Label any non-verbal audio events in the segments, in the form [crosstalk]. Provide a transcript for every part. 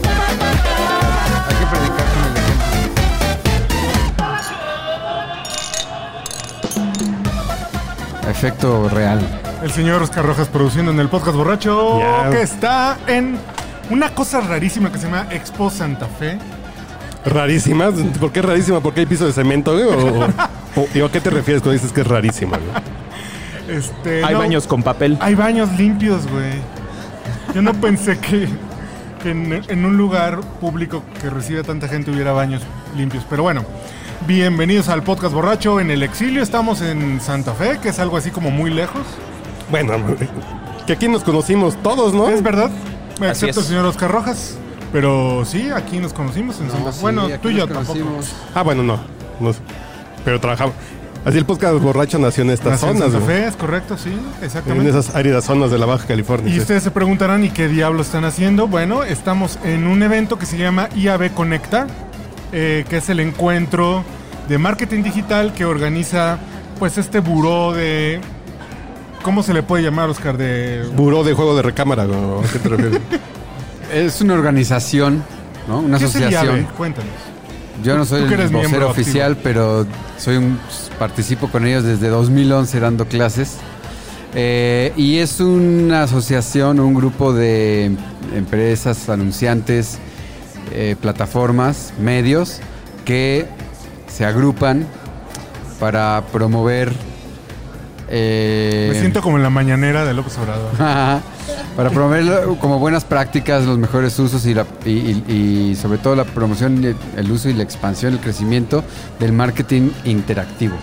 Hay que predicar con el ejemplo. Efecto real. El señor Oscar Rojas produciendo en el podcast borracho Ya. que está en una cosa rarísima que se llama Expo Santa Fe. Rarísima. ¿Por qué rarísima? ¿Por qué hay piso de cemento, güey? ¿O, o- y a qué te refieres cuando dices que es rarísima, güey? Este, Hay no, baños con papel. Hay baños limpios, güey. Yo no pensé que, que en, en un lugar público que recibe tanta gente hubiera baños limpios. Pero bueno, bienvenidos al podcast borracho en el exilio. Estamos en Santa Fe, que es algo así como muy lejos. Bueno, que aquí nos conocimos todos, ¿no? Es verdad, excepto el Uh. es. señor Oscar Rojas. Pero sí, aquí nos conocimos en Santa Fe. bueno, Sí, aquí tú y yo nos tampoco. conocimos. Ah, bueno, no. No sé. Pero trabajamos. Así el podcast borracho nació en estas Nací en zonas, Santa güey. Fe, es correcto, sí, En exactamente. esas áridas zonas de la Baja California. Y ustedes se preguntarán, ¿y qué diablo están haciendo? Bueno, estamos en un evento que se llama IAB Conecta, eh, que es el encuentro de marketing digital que organiza, pues, este buró de... ¿Cómo se le puede llamar, Oscar? De... Buró de juego de recámara, güey. ¿A qué te [laughs] refieres? Es una organización, ¿no? Una ¿Qué es el asociación. IAB? Cuéntanos. Yo no Tú soy que el eres miembro vocero activo. oficial, pero soy un, participo con ellos desde 2011 dando clases. Eh, y es una asociación, un grupo de empresas, anunciantes, eh, plataformas, medios que se agrupan para promover. eh, Me siento como en la mañanera de López Obrador. para promover lo- como buenas prácticas, los mejores usos y, la- y- y- y sobre todo la promoción, y el uso y la expansión, el crecimiento del marketing interactivo.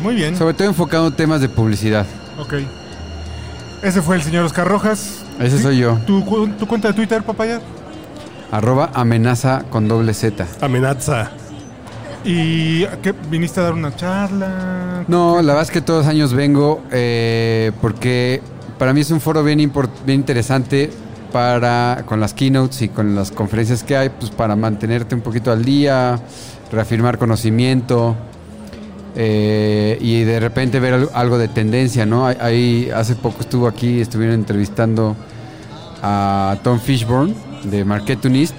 Muy bien, Sobre todo enfocado en temas de publicidad. ok. Ese fue el señor Oscar Rojas. Ese Sí, soy yo. ¿Tu, cu- tu cuenta de Twitter, papaya? Arroba amenaza con doble Z. Amenaza. ¿Y a qué? viniste a dar una charla? No, la verdad es que todos los años vengo eh, porque para mí es un foro bien, import- bien interesante para con las keynotes y con las conferencias que hay, pues para mantenerte un poquito al día, reafirmar conocimiento eh, y de repente ver al- algo de tendencia, ¿no? Ahí- Ahí hace poco estuvo aquí, estuvieron entrevistando a Tom Fishburne de Marketunist,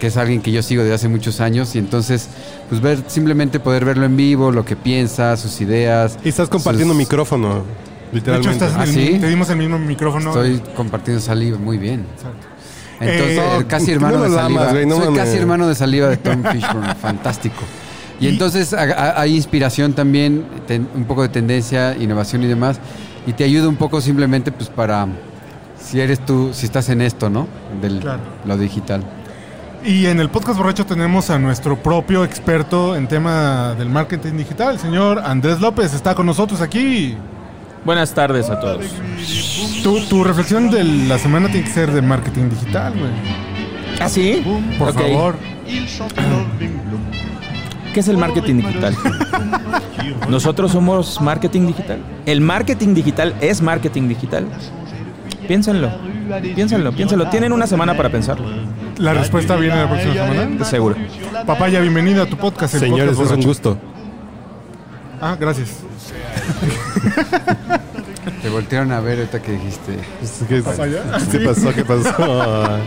que es alguien que yo sigo desde hace muchos años y entonces pues ver simplemente poder verlo en vivo, lo que piensa, sus ideas. Y estás compartiendo sus- micrófono, De hecho, literalmente. estás en ¿Ah, el sí? mi- te dimos el mismo micrófono. Estoy compartiendo saliva muy bien. Exacto. Entonces, Eh, el casi no, hermano no de lo saliva. amas, güey, no Soy mames. casi hermano de saliva de Tom [laughs] Fishburne, fantástico. Y, Y- entonces a- a- hay inspiración también, ten- un poco de tendencia, innovación y demás. Y te ayuda un poco simplemente pues para si eres tú, si estás en esto, ¿no? Del Claro. lo digital. Y en el podcast borracho tenemos a nuestro propio experto en tema del marketing digital, el señor Andrés López, está con nosotros aquí. Buenas tardes a todos. Tu, tu reflexión de la semana tiene que ser de marketing digital, güey. ¿Ah, sí? Por Ok. favor. ¿Qué es el marketing digital? Nosotros somos marketing digital. El marketing digital es marketing digital. Piénsenlo. Piénsenlo, piénsenlo. Tienen una semana para pensarlo. La respuesta viene la próxima semana. Seguro. Papaya, bienvenido a tu podcast. el Señores, es podcast un borracho. gusto. Ah, gracias. Te voltearon a ver ahorita que dijiste. ¿Qué, ¿Papaya? qué pasó? ¿Qué pasó? [laughs]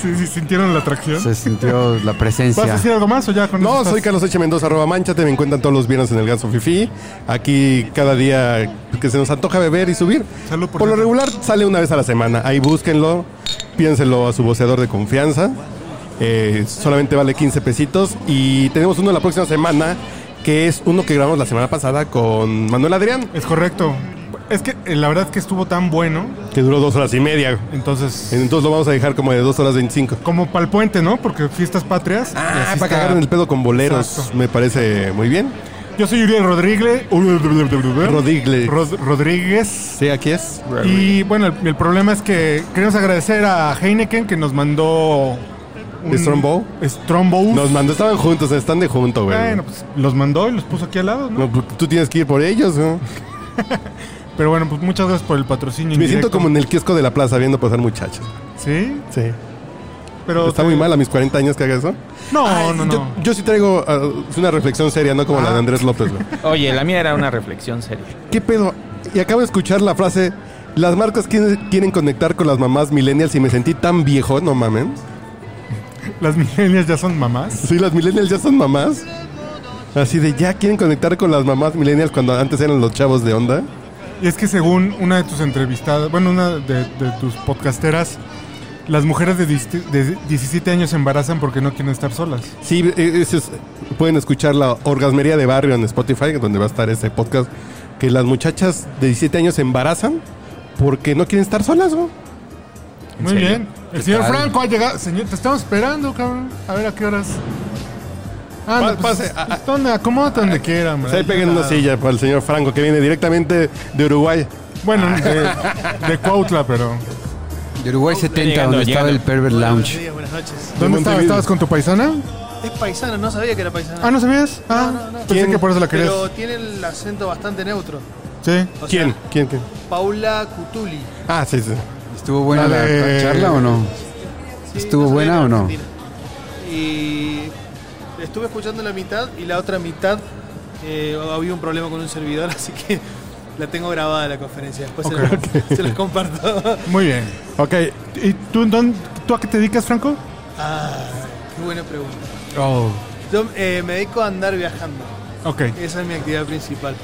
Sí, sí, sintieron la atracción. Se sintió la ¿Eh? ¿Vas a presencia. decir algo más o ya con eso No, estás? soy Carlos H. Mendoza, arroba manchate. Me encuentran todos los viernes en el Ganso Fifi. Aquí cada día que se nos antoja beber y subir. Salud por por lo eso. regular sale una vez a la semana. Ahí búsquenlo, piénsenlo a su voceador de confianza. Eh, solamente vale 15 pesitos. Y tenemos uno la próxima semana, que es uno que grabamos la semana pasada con Manuel Adrián, Es correcto. Es que eh, la verdad es que estuvo tan bueno, que duró dos horas y media. entonces... Entonces lo vamos a dejar como de dos horas 25. Como para el puente, ¿no? Porque fiestas patrias. y Ah, así para está. cagar en el pedo con boleros, Exacto. me parece muy bien. Yo soy Uriel Rodríguez. Rodríguez. Rod- Rodríguez. Sí, aquí es. Y bueno, el, el problema es que queremos agradecer a Heineken que nos mandó un- ¿De Strombow? Strombow. Nos mandó, estaban juntos, están de junto, güey. Bueno, pues los mandó y los puso aquí al lado, ¿no? No, pues, tú tienes que ir por ellos, güey. Pero bueno, pues muchas gracias por el patrocinio. Me indirecto. siento como en el kiosco de la plaza viendo pasar muchachos. Sí, Sí. pero. Está muy mal a mis 40 años que haga eso. No, no, Ah. no. Yo, yo sí traigo ah, es una reflexión seria, no como la de Andrés López, güey. Oye, la mía era una reflexión seria. ¿Qué pedo? Y acabo de escuchar la frase, las marcas quieren, quieren conectar con las mamás millennials y me sentí tan viejo, no mamen. Las milenias ya son mamás. Sí, las millennials ya son mamás. Así de ya quieren conectar con las mamás millennials cuando antes eran los chavos de onda. Y es que según una de tus entrevistadas, bueno, una de, de tus podcasteras, las mujeres de, disti- de 17 años se embarazan porque no quieren estar solas. Sí, eh, eso es- pueden escuchar la Orgasmería de Barrio en Spotify, donde va a estar este podcast, que las muchachas de 17 años se embarazan porque no quieren estar solas, güey. Muy serio? bien. El señor tal? Franco ha llegado. Señor, te estamos esperando, cabrón. A ver a qué horas. Ah, Pa- no, pues, pase, a- pues, ¿dónde? Acomódate donde quiera, man. Se ahí peguen una silla para el señor Franco, que viene directamente de Uruguay. Bueno, Ah. de, de Cuautla, pero. De Uruguay 70, Llegando, donde llegando. estaba el Pervert Hola, buenos Lounge. días, buenas noches. ¿Dónde Montevideo. estabas? ¿Estabas con tu paisana? Es paisana, no sabía que era paisana. Ah, ¿no sabías? Ah, No, no, no. pensé ¿Quién? que por eso la querías. Pero tiene el acento bastante neutro. Sí. O sea, ¿Quién? ¿Quién? ¿Quién? Paula Cutuli. Ah, sí, sí. ¿Estuvo buena La la, de- la charla o no? Sí, ¿Estuvo no sabía buena que era o no? argentina. Y estuve escuchando la mitad y la otra mitad eh, había un problema con un servidor, [laughs] así que la tengo grabada la conferencia. Después se, la- [laughs] se las comparto. [laughs] Muy bien. Ok, ¿Y tú, dónde, tú a qué te dedicas, Franco? Ah, qué buena pregunta. Oh. Yo eh, me dedico a andar viajando. Ok. Esa es mi actividad principal.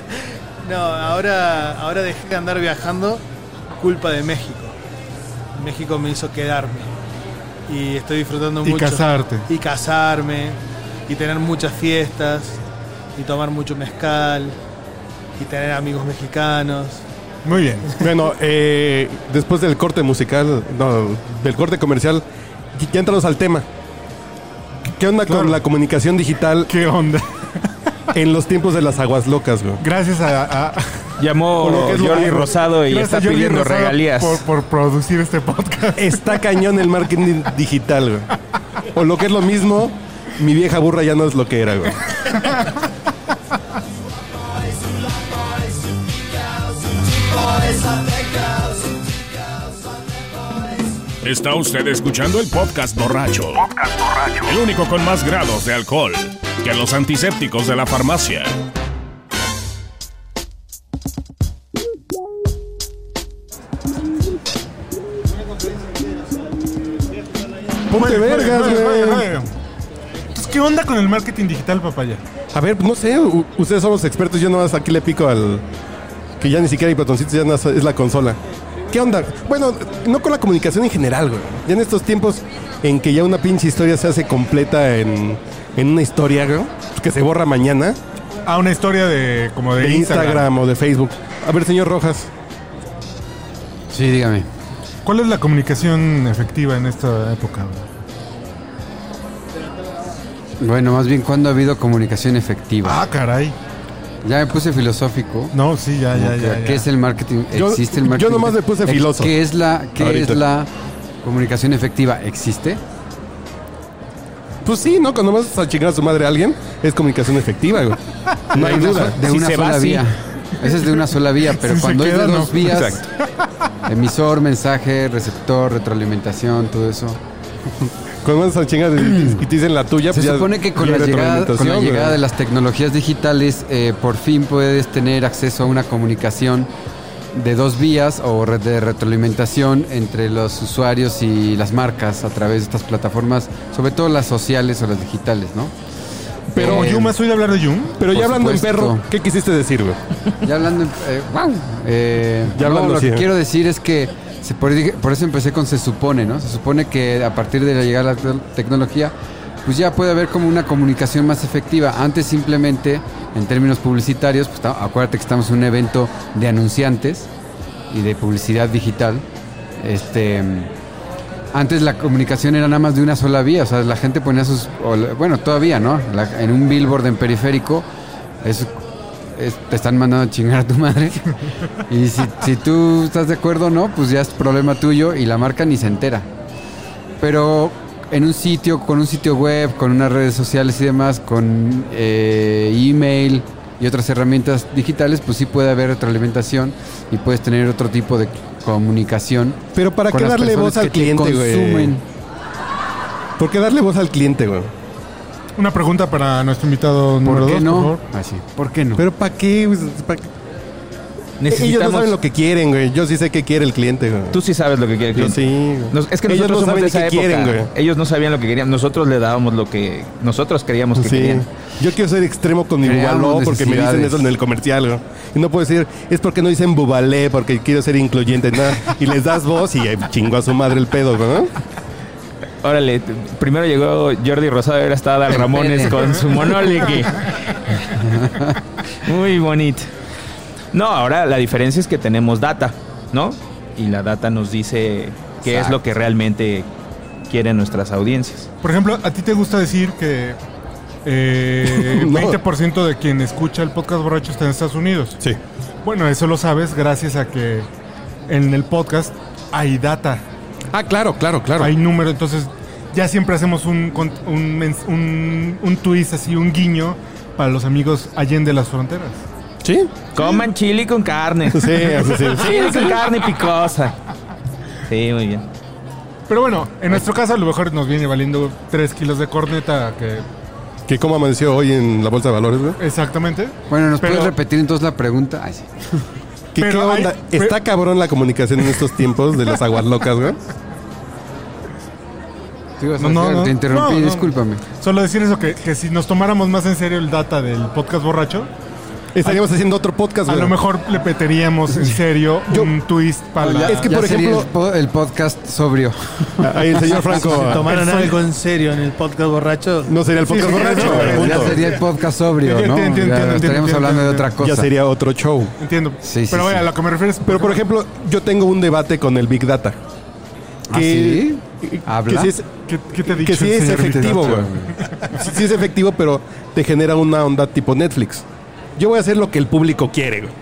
[laughs] no, ahora, ahora dejé de andar viajando, culpa de México. México me hizo quedarme. Y estoy disfrutando Y mucho. casarte. Y casarme. Y tener muchas fiestas. Y tomar mucho mezcal. Y tener amigos mexicanos. Muy bien. bueno, eh, después del corte musical, no, del corte comercial, ya entramos al tema. ¿Qué onda Claro. con la comunicación digital ¿Qué onda? [laughs] en los tiempos de las aguas locas, güey? Gracias a, a- Llamó Por lo que es lo Jordi raro. Rosado y gracias está a Jordi pidiendo Rosado regalías. Por, por producir este [laughs] podcast. Está cañón el marketing digital, güey. O lo que es lo mismo, mi vieja burra ya no es lo que era, güey. Está usted escuchando el podcast borracho. El único con más grados de alcohol que los antisépticos de la farmacia. Ponte vergas, güey. Entonces, Pues, ¿qué onda con el marketing digital, papaya? A ver, no sé, u- ustedes son los expertos, yo nomás aquí le pico al... Que ya ni siquiera hay botoncitos, ya nada más es la consola. ¿Qué onda? Bueno, no con la comunicación en general, güey. Ya en estos tiempos en que ya una pinche historia se hace completa en, en una historia, güey, pues que se borra mañana, Ah, una historia de como de, de Instagram. Instagram. o de Facebook. A ver, señor Rojas, Sí, dígame. ¿Cuál es la comunicación efectiva en esta época? Bueno, más bien, ¿cuándo ha habido comunicación efectiva? Ah, caray. Ya me puse filosófico. No, sí, ya, ya, Ok, ya. ya. ¿Qué es el marketing? Yo- ¿Existe el yo marketing? nomás me puse Ex- filoso. ¿Qué es la, qué Ahorita. es la comunicación efectiva? ¿Existe? pues sí, ¿no? Cuando vas a chingar a su madre a alguien, es comunicación efectiva, güey. No hay una duda. so- De Si una se va, sola sí. vía. Esa es de una sola vía, pero [laughs] Si se cuando es queda, de dos no. vías, emisor, mensaje, receptor, retroalimentación, todo eso. Cuando vas a chingar y te dicen la tuya, Se pues ya supone que con la libre llegada, con la retroalimentación, llegada güey. de las tecnologías digitales, eh, por fin puedes tener acceso a una comunicación de dos vías o re- de retroalimentación entre los usuarios y las marcas a través de estas plataformas, sobre todo las sociales o las digitales, ¿no? Pero Eh, Yuma, soy de hablar de Yum. Pero Por ya hablando supuesto. en perro, ¿qué quisiste decir, güey? Ya hablando, eh, wow, eh, no, Ya hablando lo así, que ¿eh? quiero decir es que se- por, por eso empecé con se supone, ¿no? Se supone que a partir de la llegada de la te- tecnología, pues ya puede haber como una comunicación más efectiva. Antes simplemente, en términos publicitarios, pues, ta- acuérdate que estamos en un evento de anunciantes y de publicidad digital. Este, antes la comunicación era nada más de una sola vía, o sea, la gente ponía sus, o la- bueno, todavía, ¿no? La- en un billboard en periférico, es, es- te están mandando a chingar a tu madre. Y si, si tú estás de acuerdo o no, pues ya es problema tuyo y la marca ni se entera. Pero en un sitio, con un sitio web, con unas redes sociales y demás, con eh, email y otras herramientas digitales, pues sí puede haber retroalimentación y puedes tener otro tipo de comunicación. Pero ¿para con qué las darle personas voz al que te cliente, güey? consumen. ¿Por qué darle voz al cliente, güey? Una pregunta para nuestro invitado ¿Por número qué dos, por no? favor. Ah, sí. ¿Por qué no? ¿Pero para qué? güey? ¿Pa' qué? Ellos no Necesitamos. saben lo que quieren, güey. Yo sí sé qué quiere el cliente, güey. Tú sí sabes lo que quiere el Yo cliente. sí. güey. Nos- es que Ellos no nosotros somos saben de esa qué época. quieren, güey. Ellos no sabíamos lo que querían. Nosotros le dábamos lo que nosotros queríamos que Pues Sí. querían. Yo quiero ser extremo con mi Creamos bubaló porque me dicen necesidades. eso en el comercial, güey. Y no puedo decir, es porque no dicen bubalé, porque quiero ser incluyente, nada. Y les das voz y eh, chingo a su madre el pedo, güey. Órale, t- primero llegó Jordi Rosado, ahora está [laughs] Adal Ramones con su monoliqui. Muy bonito. No, ahora la diferencia es que tenemos data, ¿no? Y la data nos dice qué es lo que realmente quieren nuestras audiencias. Por ejemplo, ¿a ti te gusta decir que eh, No. 20% de quien escucha el podcast borracho está en Estados Unidos? Sí. Bueno, eso lo sabes gracias a que en el podcast hay data, Ah, claro, claro, claro. hay número, entonces ya siempre hacemos un, con- un, mens- un, un twist así, un guiño para los amigos allende las fronteras. ¿Sí? Coman chili con carne. Sí, sí, sí. Chili con carne picosa. Sí, muy bien. Pero bueno, en nuestro caso a lo mejor nos viene valiendo 3 kilos de corneta, que ¿Qué cómo amaneció hoy en la bolsa de valores, güey? exactamente. Bueno, ¿nos Pero- puedes repetir entonces la pregunta? Ay, sí. ¿Qué, Pero qué hay- onda? pero- Está cabrón la comunicación en estos tiempos de las aguas locas, güey. Tú ibas a No, no, hacer- no. Te interrumpí, No, no. discúlpame. Solo decir eso, que, que si nos tomáramos más en serio el data del podcast borracho, Estaríamos haciendo otro podcast, a güey. lo mejor le peteríamos en serio un twist para la... Es que, Ya por sería ejemplo- el po- el podcast sobrio. Ahí el [laughs] señor Ah. Franco. Tomaron algo en serio en el podcast borracho. No sería el podcast Sí, sí, borracho, sí, güey, sí, Ya punto. sería el podcast sobrio, Entiendo, ¿no? entiendo, Ya entiendo, estaríamos entiendo, hablando de entiendo. otra cosa. Ya sería otro show. Entiendo. Sí, sí, Pero vaya, sí. a lo que me refiero es... Pero por ejemplo, yo tengo un debate con el Big Data. ¿Ah, sí? ¿Habla? Que sí es, ¿Qué, qué te he dicho? que sí el es señor efectivo, Vittorio? güey. Sí, sí es efectivo, pero te genera una onda tipo Netflix. Yo voy a hacer lo que el público quiere, güey.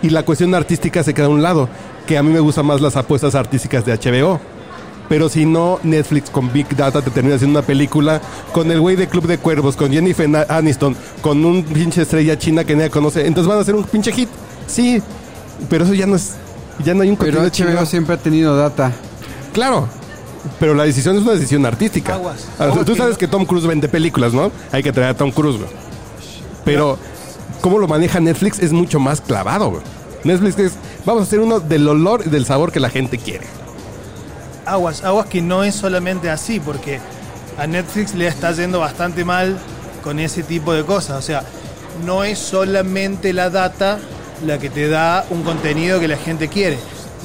Y la cuestión artística se queda a un lado, que a mí me gustan más las apuestas artísticas de HBO. Pero si no, Netflix con Big Data te termina haciendo una película con el güey de Club de Cuervos, con Jennifer Na- Aniston, con un pinche estrella china que nadie conoce. Entonces van a hacer un pinche hit. Sí, pero eso ya no es. Ya no hay un Pero contenido HBO chingón. siempre ha tenido data. Claro. Pero la decisión es una decisión artística. Aguas. Ahora, Aguas, tú que sabes no- que Tom Cruise vende películas, ¿no? Hay que traer a Tom Cruise, güey. Pero cómo lo maneja Netflix es mucho más clavado, güey. Netflix es, vamos a hacer uno del olor y del sabor que la gente quiere. Aguas, aguas que no es solamente así, porque a Netflix le está yendo bastante mal con ese tipo de cosas. O sea, no es solamente la data la que te da un contenido que la gente quiere.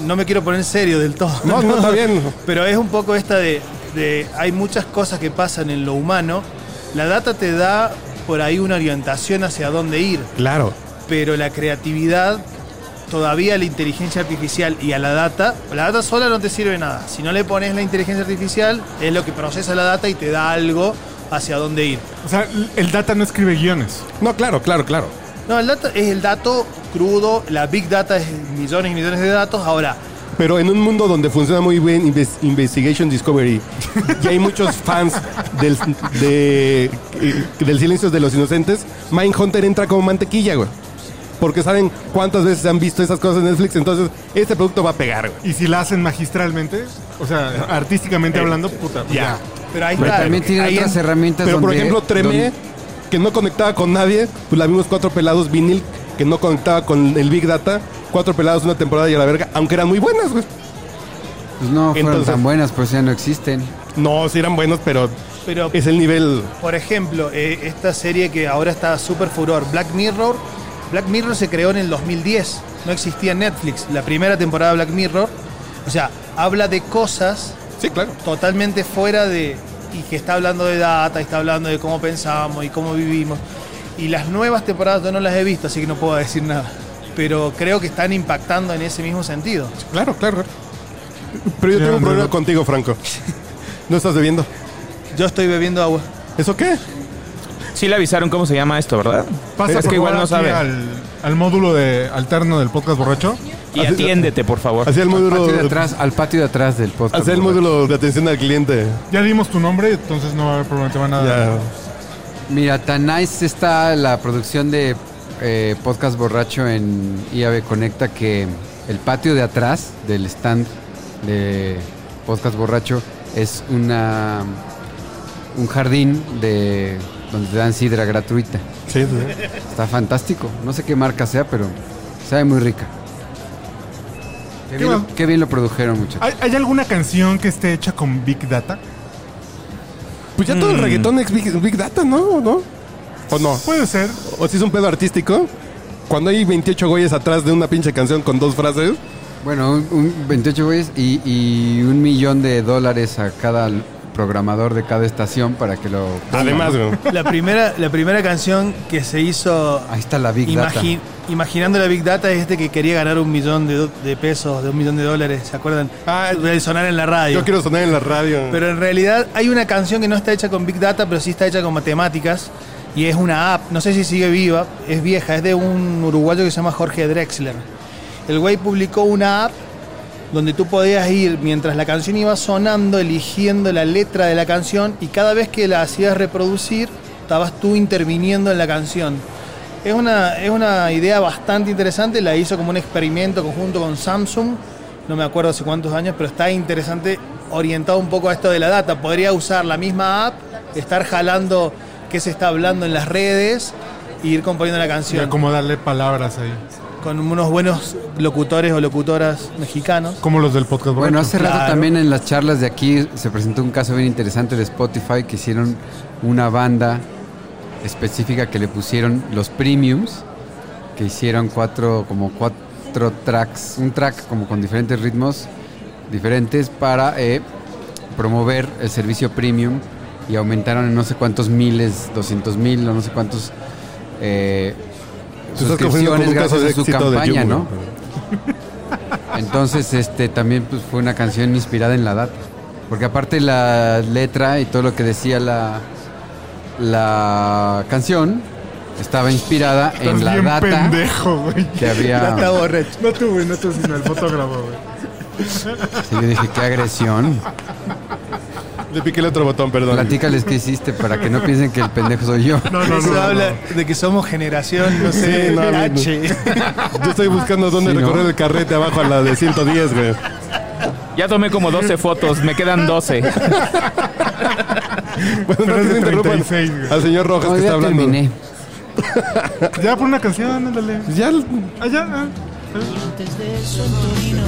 No me quiero poner serio del todo. No, no, está bien. [laughs] Pero es un poco esta de, de- Hay muchas cosas que pasan en lo humano. La data te da por ahí una orientación hacia dónde ir, Claro. pero la creatividad, todavía a la inteligencia artificial y a la data, la data sola no te sirve de nada. Si no le pones la inteligencia artificial, es lo que procesa la data y te da algo hacia dónde ir. O sea, el data no escribe guiones. No, claro, claro, claro. No, el data es el dato crudo, la big data es millones y millones de datos. Ahora, Pero en un mundo donde funciona muy bien Inves- Investigation Discovery y hay muchos fans del, de, eh, del Silencio de los Inocentes, Mindhunter entra como mantequilla, güey. Porque saben cuántas veces han visto esas cosas en Netflix, entonces este producto va a pegar, güey. Y si la hacen magistralmente, o sea, artísticamente hablando, puta. pues ya. pero ahí Pero está. también tiene ahí otras en- herramientas Pero por donde- ejemplo, Tremé, donde- que no conectaba con nadie, pues la vimos cuatro pelados vinil, que no conectaba con el Big Data, cuatro pelados una temporada y a la verga, aunque eran muy buenas, güey. Pues no fueron Entonces- tan buenas, pues ya no existen. No, sí eran buenos, pero pero- es el nivel... Por ejemplo, eh, esta serie que ahora está súper furor, Black Mirror. Black Mirror se creó en el 2010, no existía en Netflix. La primera temporada de Black Mirror, o sea, habla de cosas Sí, claro. totalmente fuera de. y que está hablando de data, y está hablando de cómo pensamos y cómo vivimos. Y las nuevas temporadas yo no las he visto, así que no puedo decir nada. Pero creo que están impactando en ese mismo sentido. Claro, claro. Pero yo Sí, tengo un Andrés, problema no- [laughs] contigo, Franco. No estás bebiendo. Yo estoy bebiendo agua. ¿Eso qué? Sí le avisaron cómo se llama esto, ¿verdad? Pasa es por que igual favor no aquí sabe. Al, al módulo de alterno del podcast borracho. Y atiéndete, por favor. Hacia el Al patio, de módulo, atrás, al patio de atrás del podcast. hacia el módulo de atención al cliente. Ya dimos tu nombre, entonces no va a haber problema nada. Ya. Mira, tan nice está la producción de eh, Podcast Borracho en IAB Conecta que el patio de atrás del stand de Podcast Borracho es una un jardín de donde te dan sidra gratuita. Sí, sí. Está fantástico. No sé qué marca sea, pero sabe muy rica. Qué, ¿Qué bien, más? lo- qué bien lo produjeron, muchachos. ¿Hay, hay alguna canción que esté hecha con Big Data? Pues ya todo Mm. el reggaetón es big, big data, ¿no? ¿O no? ¿O no? Puede ser. ¿O si es un pedo artístico? Cuando hay 28 güeyes atrás de una pinche canción con dos frases. Bueno, un, un 28 güeyes y, y un millón de dólares a cada l- programador de cada estación para que lo... Ah, Además, güey. La primera, la primera canción que se hizo Ahí está la Big Data. Ah. imagi- imaginando la Big Data es este que quería ganar un millón de, do- de pesos, de un millón de dólares, ¿se acuerdan? Ah, de sonar en la radio. Yo quiero sonar en la radio. Pero en realidad hay una canción que no está hecha con Big Data, pero sí está hecha con matemáticas. Y es una app, no sé si sigue viva, es vieja, es de un uruguayo que se llama Jorge Drexler. El güey publicó una app donde tú podías ir mientras la canción iba sonando, eligiendo la letra de la canción y cada vez que la hacías reproducir, estabas tú interviniendo en la canción. Es una, es una idea bastante interesante, la hizo como un experimento conjunto con Samsung, no me acuerdo hace cuántos años, pero está interesante orientado un poco a esto de la data. Podría usar la misma app, estar jalando qué se está hablando en las redes e ir componiendo la Y canción acomodarle palabras ahí. con unos buenos locutores o locutoras mexicanos. Como los del podcast. Bueno, borracho. hace rato Claro. también en las charlas de aquí se presentó un caso bien interesante de Spotify que hicieron una banda específica que le pusieron los premiums, que hicieron cuatro, como cuatro tracks, un track como con diferentes ritmos diferentes para eh, promover el servicio premium y aumentaron en no sé cuántos miles, 200 mil o no sé cuántos eh, Tú estás confundiendo con suscripciones un caso gracias de a su éxito de campaña, Yugo, ¿no? güey. Entonces, este también pues, fue una canción inspirada en la data. Porque aparte la letra y todo lo que decía la, la canción estaba inspirada en Estás la bien data pendejo, güey. que [laughs] había. borracho. No tú, güey, no tú, sino el fotógrafo, güey. Sí, yo dije, qué agresión. Le piqué el otro botón, perdón. Platícales qué hiciste para que no piensen que el pendejo soy yo. No, no, Eso no. no, habla de que somos generación, no sé, Sí, no, no, no. H. Yo estoy buscando dónde Sí, ¿no? recorrer el carrete abajo a la de 110, güey. Ya tomé como 12 fotos, me quedan 12. Bueno, Pero no es que de interrumpan 36, güey. al señor Rojas No, que está ya hablando. terminé. no. Ya por una canción, ándale. Ya, Allá, ah. Antes de eso en Torino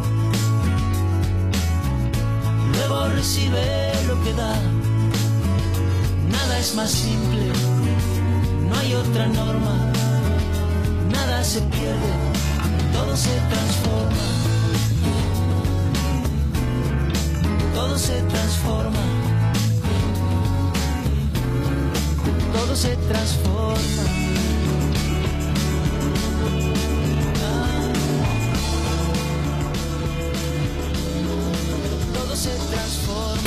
Luego recibe lo que da. Nada es más simple, no hay otra norma. Nada se pierde, todo se transforma. Todo se transforma. Todo se transforma. Todo se transforma.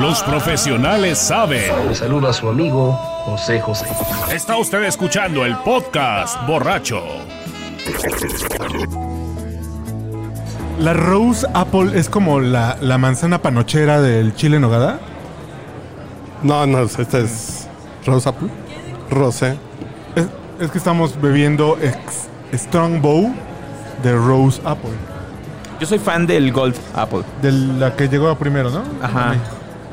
Los profesionales saben. Le saluda a su amigo José José. Está usted escuchando el podcast borracho. La Rose Apple es como la, la manzana panochera del chile en nogada. no, no, esta es Rosa. Rosé. Es, es que estamos bebiendo ex- Strongbow de Rose Apple. Yo soy fan del Golf Apple. De la que llegó primero, ¿no? Ah. Ajá.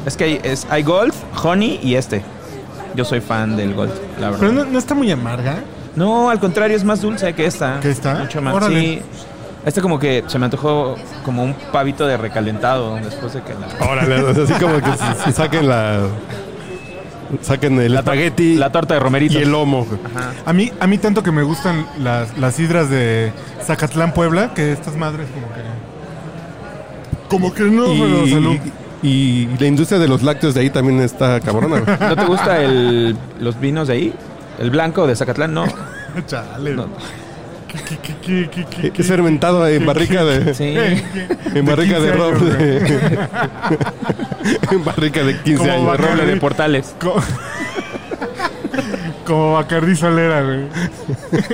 Es que hay, es, hay Golf, Honey y este. Yo soy fan del Golf, la verdad. Pero no, no está muy amarga. No, al contrario, es más dulce que esta. ¿Eh? ¿Que esta? Mucho más. Órale. Sí. Este como que se me antojó como un pavito de recalentado después de que la... Órale, o sea, así como que s- s- saquen la, Saquen el La tor- espagueti la torta de romerito. y el lomo. güey. A mí, a mí tanto que me gustan las, las sidras de Zacatlán, Puebla, que estas madres como que... Como que no, pero salud. Y, y- y la industria de los lácteos de ahí también está [laughs] cabrona. güey. ¿No te gusta el, los vinos de ahí? ¿El blanco de Zacatlán? No. Chale. No. ¿Qué- qué- qué- qué- qué- Es fermentado en barrica [laughs] de, Sí. en barrica de 15 años, roble. [laughs] en barrica de 15 Como años. Bacardi. Roble de portales. [laughs] Co- como Bacardi Solera, [laughs] güey.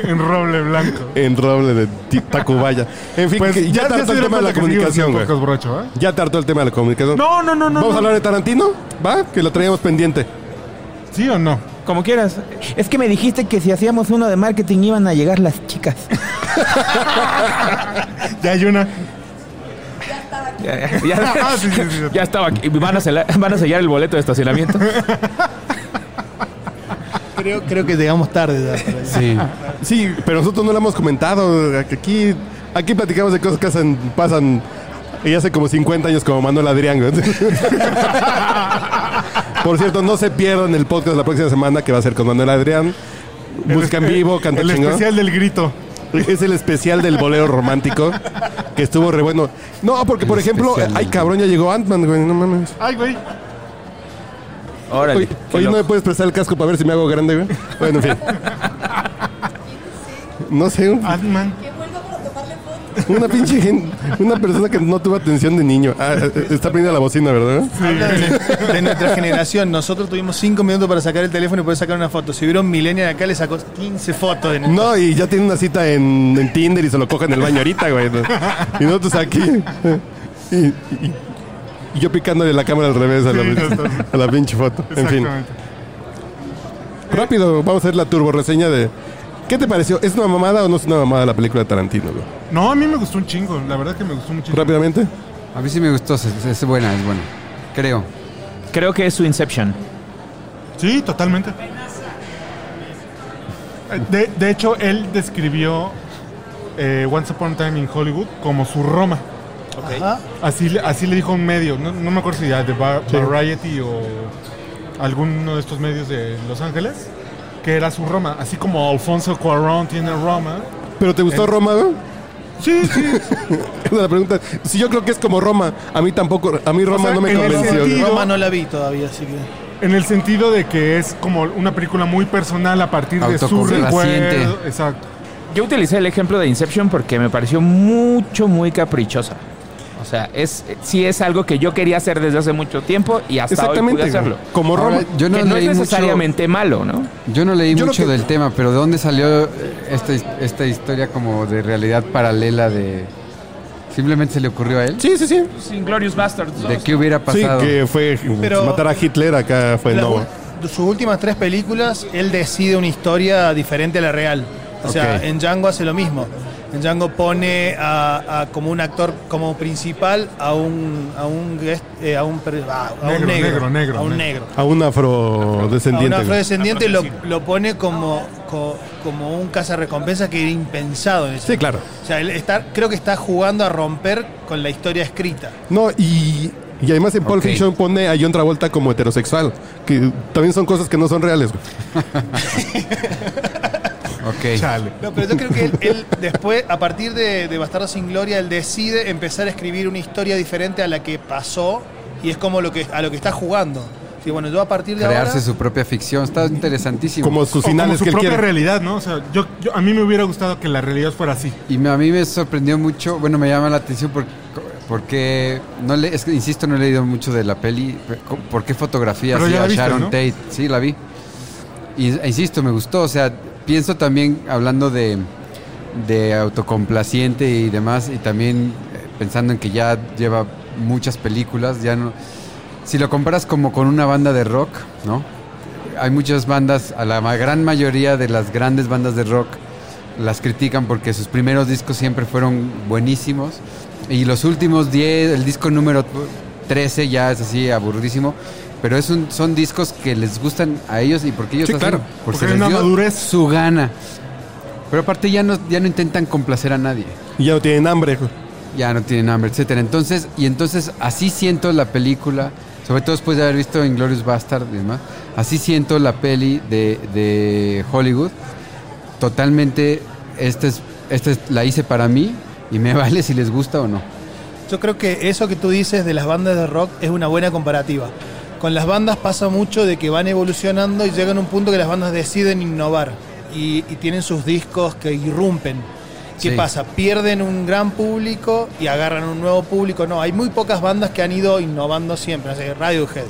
en roble blanco. En roble de Ti- Tacubaya. En fin, Pues que ya, ya, te ya hartó se el dieron tema cuenta de la que seguimos en comunicación, güey. Podcast Borracho, ¿eh? Ya te hartó el tema de la comunicación. No, no, no, no. Vamos a no. hablar de Tarantino, ¿va? Que lo traíamos pendiente. ¿Sí o no? Como quieras. Es que me dijiste que si hacíamos uno de marketing iban a llegar las chicas. Ya hay una. [laughs] Ya, ya, ya. Ah, sí, sí, sí. Ya estaba aquí. Van a, sellar, [laughs] van a sellar el boleto [laughs] de estacionamiento. Creo, creo que llegamos tarde ya. para allá. Sí. Sí, pero nosotros no lo hemos comentado. Aquí, aquí platicamos de cosas que hacen- pasan. Y hace como 50 años como Manuel Adrián. güey. [laughs] Por cierto, no se pierdan el podcast la próxima semana que va a ser con Manuel Adrián. Música en vivo, canta El chingón. especial del grito. Es el especial del bolero romántico que estuvo re bueno. No, porque por El ejemplo, especial ay del- cabrón, ya llegó Ant-Man, güey, no mames. Ay, güey. Órale. Oye, qué oye, no loco. me puedes prestar el casco para ver si me hago grande, güey. Bueno, en fin. No sé, un- Adman. Una pinche gen- una persona que no tuvo atención de niño. Ah, está prendiendo la bocina, ¿verdad? Habla de- De nuestra generación, nosotros tuvimos 5 minutos para sacar el teléfono y poder sacar una foto. Si vieron Millennial acá, le sacó 15 fotos. de- No, y ya tiene una cita en, en Tinder y se lo coge en el baño ahorita, güey. Y nosotros aquí. Y, y- y yo picándole la cámara al revés a la, Sí, no, no. a la pinche foto. En fin. Exactamente. Rápido, vamos a hacer la turbo reseña de. ¿Qué te pareció? ¿Es una mamada o no es una mamada la película de Tarantino, güey? No, a mí me gustó un chingo. La verdad que me gustó muchísimo. Rápidamente. A mí sí me gustó, es, es buena, es buena. Creo. Creo que es su Inception. Sí, totalmente. Eh, De, de hecho, él describió eh, Once Upon a Time in Hollywood como su Roma. Ajá. Así, le- así le dijo un medio, no, no me acuerdo si a The Var- Variety o alguno de estos medios de Los Ángeles, que era su Roma. Así como Alfonso Cuarón tiene Roma. ¿Pero te gustó El- Roma, güey? Sí, sí. Esa es la pregunta. Si yo creo que es como Roma, a mí tampoco, a mí Roma sea, no me en el convenció. güey. sentido- Roma no la vi todavía, así que. En el sentido de que es como una película muy personal a partir de su Autocomplaciente. recuerdo. Exacto. Yo utilicé el ejemplo de Inception porque me pareció mucho, muy caprichosa. O sea, es, sí es algo que yo quería hacer desde hace mucho tiempo y hasta Exactamente. hoy pude hacerlo. güey. Como Roma. Ahora, yo no que no es leí mucho. necesariamente malo, ¿no? Yo no leí Yo lo mucho que- del tema, pero ¿de dónde salió eh, esta, his- esta historia como de realidad paralela de... Simplemente se le ocurrió a él? Sí, sí, sí. Glorious Bastards ¿De qué hubiera pasado? Sí, que fue Pero- matar a Hitler acá fue La Pues no. ul- de sus últimas tres películas, él decide una historia diferente a la real. O sea, Ok. en Django hace lo mismo. En Django pone a, a- como un actor, como principal, a un a un, guest- eh, a un, per- ah, a un Negro, negro, negro, negro, a un negro. negro. A un A un afrodescendiente. güey. afrodescendiente lo, lo pone como, co- como un cazarrecompensa que era impensado en ese Sí, claro. O sea, él está, creo que está jugando a romper con la historia escrita. No, y, y además en Pulp Ok. Fiction pone a John Travolta como heterosexual, que también son cosas que no son reales. güey. Ok. Chale. No, pero yo creo que él, él después, a partir de, de Bastardo sin Gloria, él decide empezar a escribir una historia diferente a la que pasó y es como lo que, a lo que está jugando. Sí, bueno, yo a partir de Crearse ahora... su propia ficción. Está interesantísimo. Como sus O como finales su que él propia quiere. realidad, ¿no? O sea, yo, yo- a mí me hubiera gustado que la realidad fuera así. Y me- a mí me sorprendió mucho, bueno, me llama la atención por- porque, no le, es que, insisto, no he leído mucho de la peli, pero co- por qué fotografía Pero ya la a viste, Sharon ¿no? Tate, sí, la vi. Y, e insisto, me gustó, o sea, pienso también, hablando de, de autocomplaciente y demás, y también eh, pensando en que ya lleva muchas películas, ya no... Si lo comparas como con una banda de rock, ¿no? Hay muchas bandas, a la ma- gran mayoría de las grandes bandas de rock las critican porque sus primeros discos siempre fueron buenísimos y los últimos 10, el disco número 13 ya es así aburridísimo, pero es un- son discos que les gustan a ellos y porque ellos Sí, claro, porque hay les una dio madurez. su gana. Pero aparte ya no, ya no intentan complacer a nadie Y ya no tienen hambre. güey. ya no tienen hambre, etcétera. Entonces, y entonces así siento la película. Sobre todo después de haber visto Inglorious Bastard y demás. Así siento la peli de, de Hollywood. Totalmente, esta es, esta es- la hice para mí y me [laughs] vale si les gusta o no. Yo creo que eso que tú dices de las bandas de rock es una buena comparativa. Con las bandas pasa mucho de que van evolucionando y llegan a un punto que las bandas deciden innovar y, y tienen sus discos que irrumpen. ¿Qué Sí. pasa? Pierden un gran público y agarran un nuevo público. No, hay muy pocas bandas que han ido innovando siempre. No sé, Radiohead,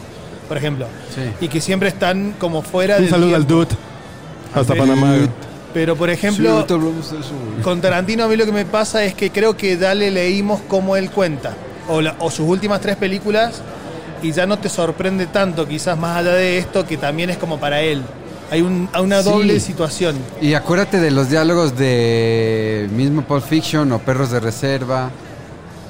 por ejemplo. Sí. Y que siempre están como fuera Un del saludo al tiempo. dude. Hasta Dude. Panamá. güey. Pero, por ejemplo, con Tarantino a mí lo que me pasa es que creo que ya le leímos cómo él cuenta. O, la- o sus últimas tres películas. Y ya no te sorprende tanto, quizás más allá de esto, que también es como para él. Hay un- hay una Sí. doble situación. Y acuérdate de los diálogos de mismo Pulp Fiction o Perros de Reserva.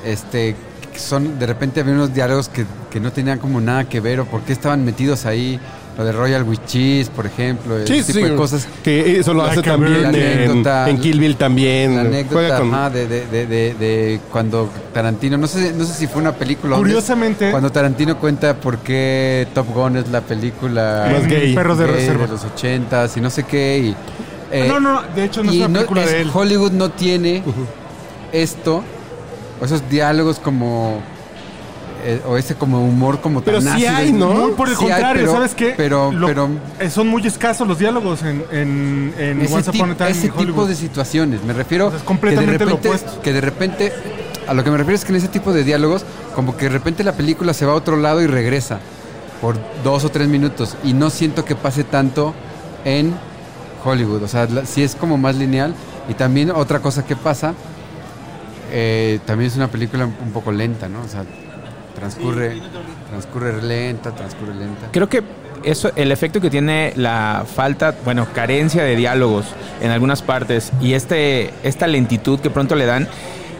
Este, que son, de repente había unos diálogos que, que no tenían como nada que ver o por qué estaban metidos ahí. Lo de Royal with Cheese, por ejemplo, ese Sí, tipo sí. de cosas. Que eso lo Like hace a también Bird. La en, anécdota. en Kill Bill también. La Juega anécdota con- ajá, de, de- de- de- de cuando Tarantino, no sé, no sé si fue una película o Curiosamente- Cuando Tarantino cuenta por qué Top Gun es la película Más gay. Perros de gay reserva. los 80 y no sé qué. Y, eh, no, no, no, de hecho no es y una no- película es- de él. Hollywood no tiene esto, o esos diálogos como. eh, o ese como humor como Pero tan sí ácido hay, y- ¿no? Muy por el Sí hay, contrario, pero- ¿sabes qué? Pero, Lo- pero eh, son muy escasos los diálogos en, en, en ese, Once Upon a tip- Time ese in tipo Hollywood. de situaciones. Me refiero Es completamente que de lo repente, opuesto. que de repente a lo que me refiero es que en ese tipo de diálogos como que de repente la película se va a otro lado y regresa por dos o tres minutos y no siento que pase tanto en Hollywood. O sea, la- sí es como más lineal y también otra cosa que pasa eh, también es una película un un poco lenta, ¿no? O sea, transcurre, transcurre lenta, transcurre lenta. Creo que eso, el efecto que tiene la falta, bueno, carencia de diálogos en algunas partes y este, esta lentitud que pronto le dan,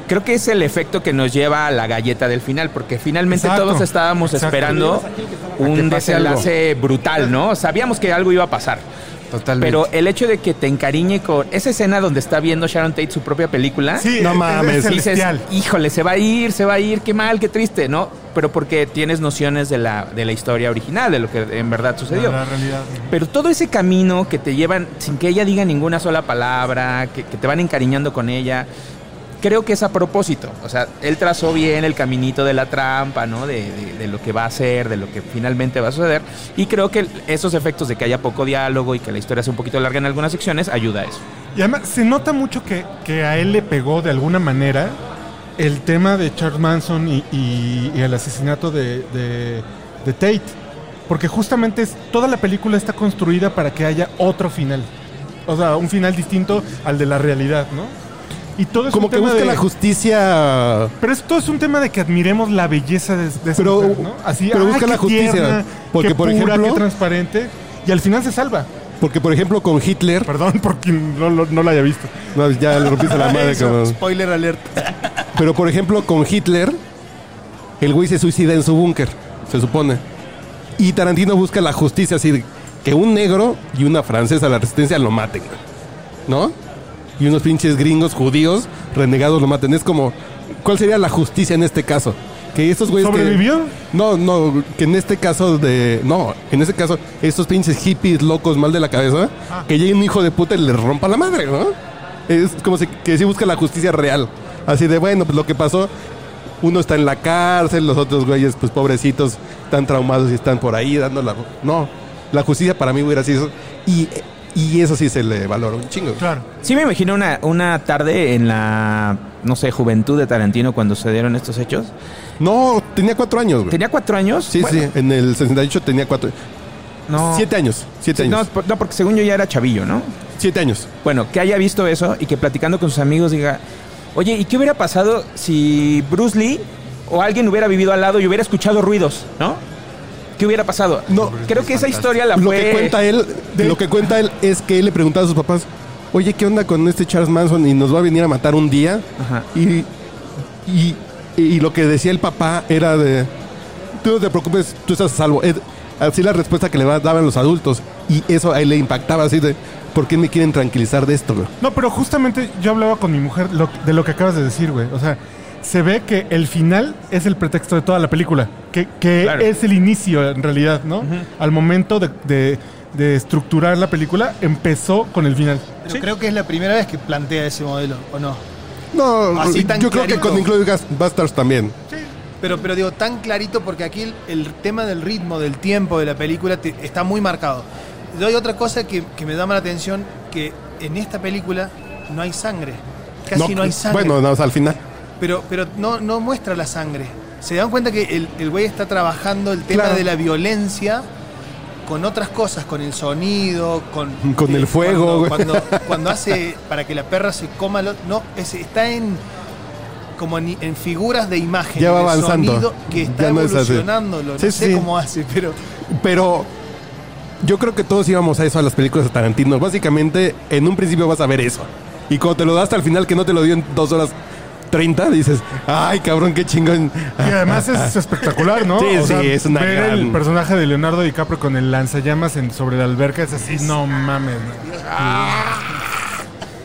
creo que es el efecto que nos lleva a la galleta del final, porque finalmente Exacto, todos estábamos exacto. esperando que un pase algo. desenlace brutal, ¿no? Sabíamos que algo iba a pasar. Totalmente. Pero el hecho de que te encariñe con esa escena donde está viendo Sharon Tate su propia película, Sí, No es- es mames. y dices, celestial. híjole, se va a ir, se va a ir, qué mal, qué triste, ¿no? Pero porque tienes nociones de la, de la historia original, de lo que en verdad sucedió. La realidad. Pero todo ese camino que te llevan sin que ella diga ninguna sola palabra, que, que te van encariñando con ella, creo que es a propósito. O sea, él trazó bien el caminito de la trampa, ¿no? De, de- de lo que va a ser, de lo que finalmente va a suceder. Y creo que esos efectos de que haya poco diálogo y que la historia sea un poquito larga en algunas secciones ayuda a eso. Y además se nota mucho que, que a él le pegó de alguna manera el tema de Charles Manson y, y- y el asesinato de, de- de Tate. Porque justamente es, toda la película está construida para que haya otro final. O sea, un final distinto al de la realidad, ¿no? Y todo es Como un que tema busca de- la justicia. Pero esto es un tema de que admiremos la belleza de, de esa Pero- mujer, ¿no? Así, pero ah, busca qué la justicia, tierna, porque, qué por pura, ejemplo- qué transparente. Y al final se salva. Porque, por ejemplo, con Hitler. Perdón [laughs] por quien no, lo- no la haya visto. No, ya le [laughs] rompiste la madre, Eso, cabrón. spoiler alert. Pero, por ejemplo, con Hitler, el güey se suicida en su búnker, se supone. Y Tarantino busca la justicia, así de que un negro y una francesa de la resistencia lo maten, güey. ¿no? Y unos pinches gringos judíos renegados lo maten. Es como, ¿cuál sería la justicia en este caso? Que estos güeyes. que- ¿Sobrevivió? no, no, que en este caso de. No, en este caso, estos pinches hippies locos mal de la cabeza, Ah. que llegue un hijo de puta y le rompa la madre, ¿no? Es como si, que si busca la justicia real. Así de, bueno, pues lo que pasó, uno está en la cárcel, los otros güeyes, pues pobrecitos, están traumados y están por ahí dando la. No, la justicia para mí hubiera sido. Y, y eso sí se le valora un chingo. Claro. Sí me imagino una, una tarde en la, no sé, juventud de Tarantino cuando se dieron estos hechos. No, tenía cuatro años, güey. ¿Tenía cuatro años? Sí, Bueno, sí, en el 68 tenía cuatro. No. Siete años, siete Sí, no, años. por- no, porque según yo ya era chavillo, ¿no? Siete años. Bueno, que haya visto eso y que platicando con sus amigos diga, oye, ¿y qué hubiera pasado si Bruce Lee o alguien hubiera vivido al lado y hubiera escuchado ruidos, ¿no? ¿Qué hubiera pasado? No. Creo que esa historia la lo fue... pues. que cuenta él lo que cuenta él es que él le preguntaba a sus papás oye qué onda con este Charles Manson y nos va a venir a matar un día Ajá. y, y, y lo que decía el papá era de tú no te preocupes tú estás a salvo Es así la respuesta que le va- daban los adultos y eso a él le impactaba así de ¿por qué me quieren tranquilizar de esto? güey?" No, pero justamente yo hablaba con mi mujer lo- de lo que acabas de decir, güey. O sea, se ve que el final es el pretexto de toda la película, que, que Claro. es el inicio en realidad, ¿no? Al momento de, de- de estructurar la película, empezó con el final. Pero creo que es la primera vez que plantea ese modelo, ¿o no? No, Así tan yo creo que clarito. con Include Gas- Bastards también. Pero, pero digo, tan clarito porque aquí el, el tema del ritmo, del tiempo de la película te- está muy marcado. Doy otra cosa que, que me llama la atención, que en esta película no hay sangre. Casi no, hay sangre. Bueno, no, o sea, al final. Pero, pero no, no muestra la sangre. Se dan cuenta que el el güey está trabajando el tema Claro. de la violencia con otras cosas, con el sonido, [laughs] con... eh, Con el fuego, güey. [laughs] Cuando, cuando, cuando hace para que la perra se coma... al otro- no, es- está en como en, en figuras de imagen. Ya va de avanzando. sonido que está Ya no es así. evolucionándolo. No Sí, sé sí. cómo hace, pero... Pero yo creo que todos íbamos a eso, a las películas de Tarantino. Básicamente, en un principio vas a ver eso. Y cuando te lo das hasta el final, que no te lo dio en dos horas 30, dices, ay, cabrón, qué chingón. Y además es espectacular, ¿no? [laughs] Sí, sí, es una ver gran- el personaje de Leonardo DiCaprio con el lanzallamas en- sobre la alberca es así, no mames.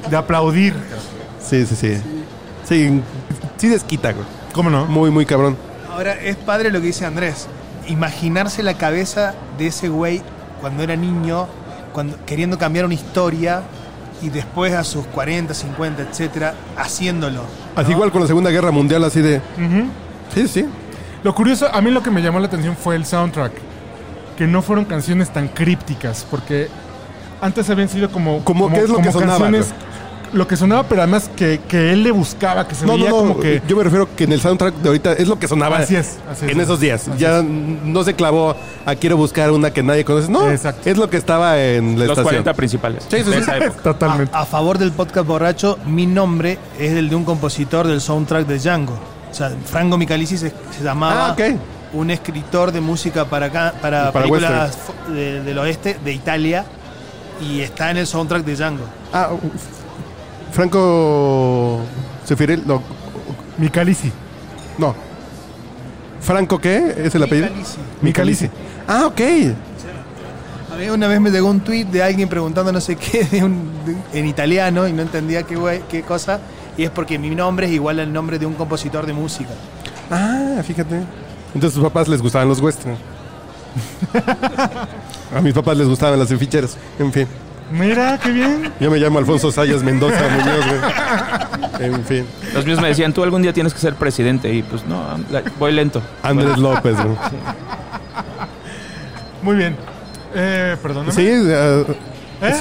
¿no? De aplaudir. Sí, sí, sí. Sí, sí desquita, güey. ¿Cómo no? Muy, muy cabrón. Ahora, es padre lo que dice Andrés. Imaginarse la cabeza de ese güey cuando era niño, cuando, queriendo cambiar una historia y después a sus 40, 50, etcétera, haciéndolo. Así igual con la Segunda Guerra Mundial, así de... Sí, sí. Lo curioso, a mí lo que me llamó la atención fue el soundtrack. Que no fueron canciones tan crípticas, porque antes habían sido como. Como que es lo que sonaba, Lo que sonaba, pero además que, que él le buscaba, que se No, no, veía no. como que. Yo me refiero que en el soundtrack de ahorita es lo que sonaba. Así es, así es. en esos días. Así ya no se clavó a quiero buscar una que nadie conoce. No, Exacto. es lo que estaba en la Los estación. 40 principales. Sí, sí, de sí. esa [laughs] época. Totalmente. Ah, A, a favor del podcast borracho, mi nombre es el de un compositor del soundtrack de Django. O sea, Franco Micalici se, se llamaba Ah, ok. un escritor de música para, acá, para, Para películas fo- de- del oeste, de Italia, y está en el soundtrack de Django. Ah, Franco Sefirel, no, ah. Micalici. no. ¿Franco qué? ¿Es el apellido? Micalici. Micalici. Ah, ok. A mí una vez me llegó un tweet de alguien preguntando no sé qué [laughs] de un- de- en italiano y no entendía qué, güey- qué cosa. Y es porque mi nombre es igual al nombre de un compositor de música. Ah, fíjate. Entonces sus papás les gustaban los [laughs] western. A mis papás les gustaban las ficheras. En fin. Mira, qué bien. Yo me llamo Alfonso Sayas Mendoza Muñoz, güey. En fin. Los míos me decían, tú algún día tienes que ser presidente. Y pues no, la- voy lento. Andrés López, güey. Muy bien. Eh, perdóname. Sí, eh, ¿Eh?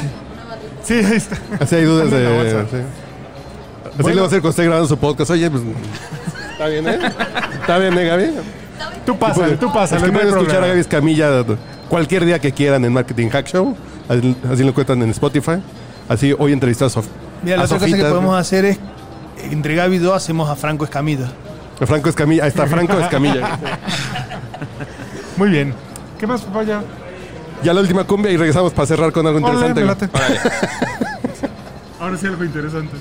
Sí, ahí está. así hay dudas Anda en la de. bolsa. sí. Así le va a hacer con usted grabando su podcast. Oye, pues. Está bien, ¿eh? [laughs] Está bien, ¿eh, Gaby? [laughs] Tú pásale, tú Pues, Es pásale. que no hay pueden escuchar problema. a Gaby Escamilla cualquier día que quieran en Marketing Hack Show. Así, así lo encuentran en Spotify. Así hoy entrevistas a, Sof Mira, la a otra cosa que Ah, Sofita. podemos hacer es, entre Gaby y yo hacemos a Franco Escamilla. A Franco Escamilla. Ahí está Franco Escamilla. Muy bien. ¿Qué más, papá? Ya. ya la última cumbia y regresamos para cerrar con algo Órale, interesante. me güey. late. [laughs] Ahora sí algo interesante.